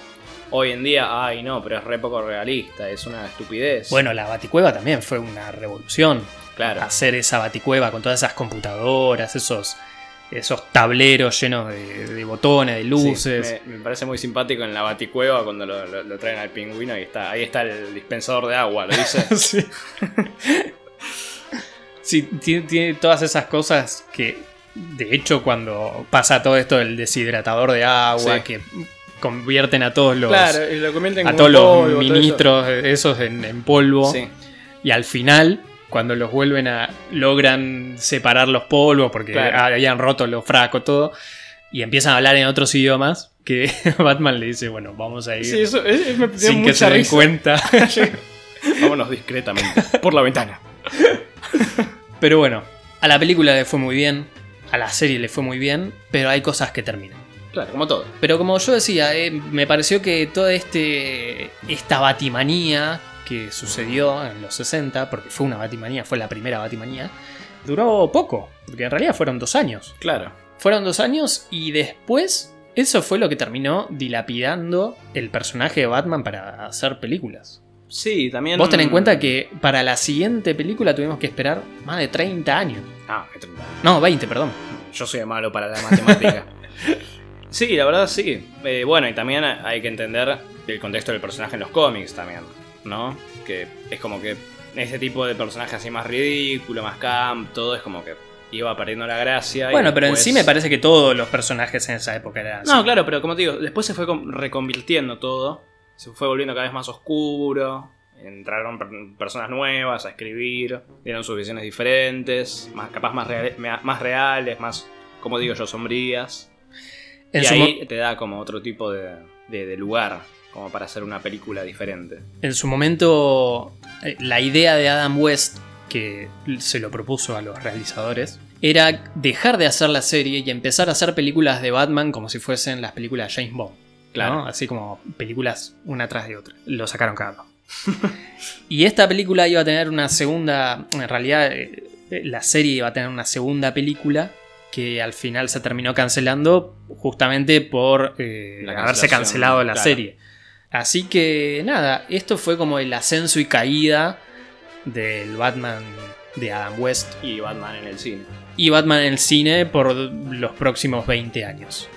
B: hoy en día, ay no, pero es re poco realista, es una estupidez.
A: Bueno, la Baticueva también fue una revolución.
B: claro.
A: Hacer esa Baticueva con todas esas computadoras, esos, esos tableros llenos de, de botones, de
B: Sí,
A: luces.
B: me, me parece muy simpático en la baticueva cuando lo, lo- lo traen al pingüino y está. Ahí está el dispensador de agua, lo dice.
A: sí. Sí, tiene, tiene todas esas cosas que, de hecho, cuando pasa todo esto del deshidratador de agua,
B: Sí.
A: que convierten a todos los,
B: claro, y lo convierten
A: a
B: como
A: todos
B: un
A: los
B: polvo, todo eso.
A: ministros esos en, en polvo.
B: Sí,
A: Y al final, cuando los vuelven a. logran separar los polvos porque ah,
B: Claro.
A: habían roto los frascos, todo. Y empiezan a hablar en otros idiomas. Que Batman le dice, bueno, vamos a ir
B: Sí, eso es- es- me dio
A: sin que
B: mucha
A: se den
B: risa.
A: cuenta.
B: Vámonos discretamente. Por la ventana.
A: Pero bueno, a la película le fue muy bien, a la serie le fue muy bien, pero hay cosas que terminan.
B: Claro, como todo.
A: Pero como yo decía, eh, me pareció que toda este, esta batimanía que sucedió en los 60, porque fue una batimanía, fue la primera batimanía, duró poco, porque en realidad fueron dos años.
B: Claro.
A: Fueron dos años y después eso fue lo que terminó dilapidando el personaje de Batman para hacer películas.
B: Sí, también.
A: Vos ten en cuenta que para la siguiente película tuvimos que esperar más de 30 años.
B: Ah, qué tremendo.
A: No, 20, perdón.
B: Yo soy malo para la matemática. sí, la verdad sí. Eh, bueno, y también hay que entender el contexto del personaje en los cómics también, ¿no? Que es como que ese tipo de personaje así más ridículo, más camp, todo es como que iba perdiendo la gracia. y
A: Bueno, pero en
B: después-
A: sí me parece que todos los personajes en esa época eran así.
B: No, claro, pero como te digo, después se fue com- reconvirtiendo todo. Se fue volviendo cada vez más oscuro. Entraron per- personas nuevas a escribir. Dieron sus visiones diferentes. Más, capaz más, reale- mea- más reales, más, como digo yo, sombrías.
A: En
B: y
A: su,
B: ahí
A: mo-
B: te da como otro tipo de, de- de lugar. Como para hacer una película diferente.
A: en su momento, eh, la idea de Adam West, que se lo propuso a los realizadores, era dejar de hacer la serie y empezar a hacer películas de Batman como si fuesen las películas de James Bond.
B: Claro.
A: ¿no? Así como películas una tras de otra. Lo sacaron cada uno. y esta película iba a tener una segunda. En realidad, eh, la serie iba a tener una segunda película que al final se terminó cancelando justamente por eh,
B: La
A: haberse
B: cancelación,
A: cancelado la
B: claro.
A: serie. Así que nada, esto fue como el ascenso y caída del Batman de Adam West
B: Y Batman en el cine.
A: y Batman en el cine por los próximos 20 años.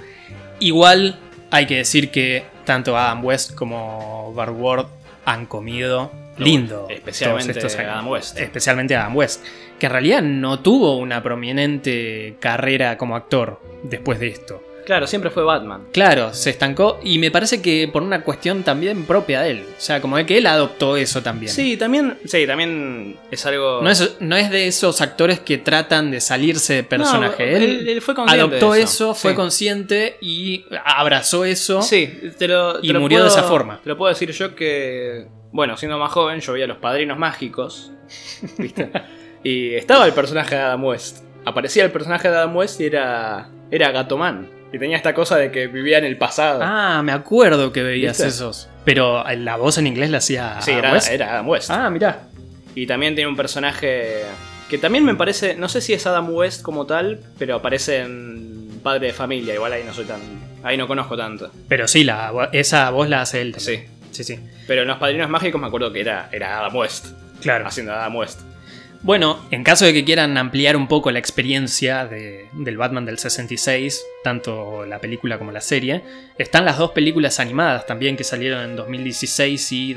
A: Igual hay que decir que tanto Adam West como Bart Ward han comido lindo.
B: Especialmente
A: todos estos Eh. años.
B: Adam West.
A: Especialmente Adam West, que en realidad no tuvo una prominente carrera como actor después de esto.
B: Claro, siempre fue Batman.
A: Claro, se estancó y me parece que por una cuestión también propia de él. O sea, como de que él adoptó eso también.
B: Sí, también. Sí, también es algo.
A: No es, no es de esos actores que tratan de salirse de personaje.
B: No,
A: él,
B: fue consciente de
A: adoptó eso, fue
B: Sí.
A: consciente y abrazó eso.
B: Sí, te lo, te
A: Y
B: lo
A: murió de esa forma.
B: Te lo puedo decir yo que, bueno, siendo más joven, yo veía los padrinos mágicos. ¿Viste? y estaba el personaje de Adam West. Aparecía el personaje de Adam West y era. Era Gatoman. Y tenía esta cosa de que vivía en el pasado.
A: Ah, me acuerdo que veías
B: ¿Viste?
A: esos. Pero la voz en inglés la hacía.
B: sí, era,
A: Wes.
B: era Adam West.
A: Ah, mirá.
B: Y también tiene un personaje que también me parece. No sé si es Adam West como tal, pero aparece en Padre de Familia. Igual ahí no soy tan. Ahí no conozco tanto.
A: Pero sí, la, vo- esa voz la hace él. también. Sí,
B: Sí.
A: sí.
B: Pero en los padrinos mágicos me acuerdo que era, era Adam West.
A: Claro.
B: Haciendo Adam West.
A: Bueno, en caso de que quieran ampliar un poco la experiencia de- del Batman del 66, tanto la película como la serie, están las dos películas animadas también que salieron en 2016 y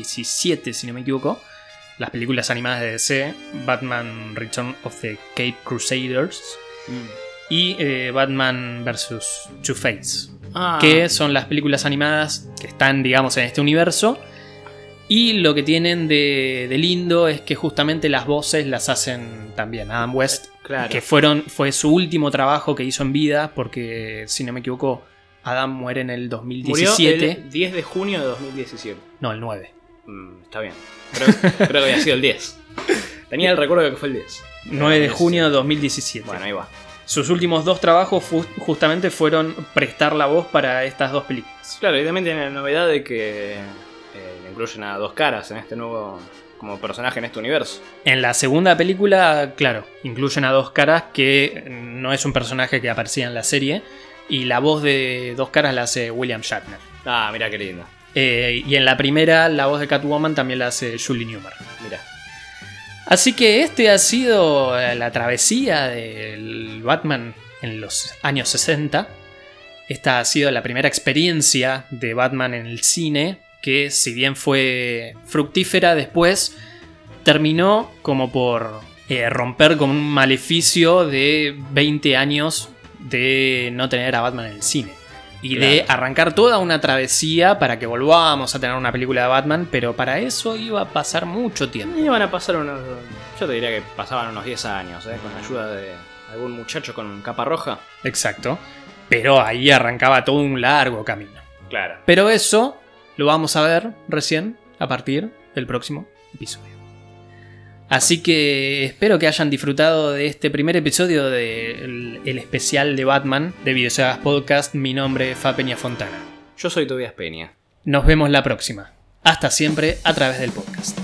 A: 2017, si no me equivoco. Las películas animadas de DC, Batman Return of the Cape Crusaders y eh, Batman vs. Two-Face
B: Ah,
A: que son las películas animadas que están, digamos, en este universo. Y lo que tienen de, de lindo es que justamente las voces las hacen también Adam West,
B: Claro.
A: que fueron, fue su último trabajo que hizo en vida, porque si no me equivoco, Adam muere en el
B: murió
A: 2017.
B: el 10 de junio de 2017.
A: No, el 9.
B: Mm, está bien. Creo, creo que había sido el 10. Tenía el recuerdo de que fue el 10.
A: 9 de junio de 2017.
B: Bueno, ahí va.
A: Sus últimos dos trabajos fu- justamente fueron prestar la voz para estas dos películas.
B: Claro, y también tiene la novedad de que eh, incluyen a dos caras en este nuevo. como personaje en este universo.
A: En la segunda película, claro, incluyen a Dos Caras, que no es un personaje que aparecía en la serie, y la voz de Dos Caras la hace William Shatner.
B: Ah, mira qué lindo.
A: Eh, y en la primera, la voz de Catwoman también la hace Julie Newmar.
B: Mira.
A: Así que este ha sido eh, la travesía del Batman en los años 60. Esta ha sido la primera experiencia de Batman en el cine, que si bien fue fructífera después, terminó como por eh, romper con un maleficio de 20 años de no tener a Batman en el cine. Y de arrancar toda una travesía para que volvamos a tener una película de Batman, pero para eso iba a pasar mucho tiempo.
B: Iban a pasar unos. Yo te diría que pasaban unos 10 años, ¿eh? con la ayuda de algún muchacho con capa roja.
A: Exacto. Pero ahí arrancaba todo un largo camino.
B: Claro.
A: Pero eso lo vamos a ver recién a partir del próximo episodio. Así que espero que hayan disfrutado de este primer episodio del el especial de Batman de Videosagas Podcast. Mi nombre es Fa Peña Fontana.
B: Yo soy Tobias Peña.
A: Nos vemos la próxima. Hasta siempre a través del podcast.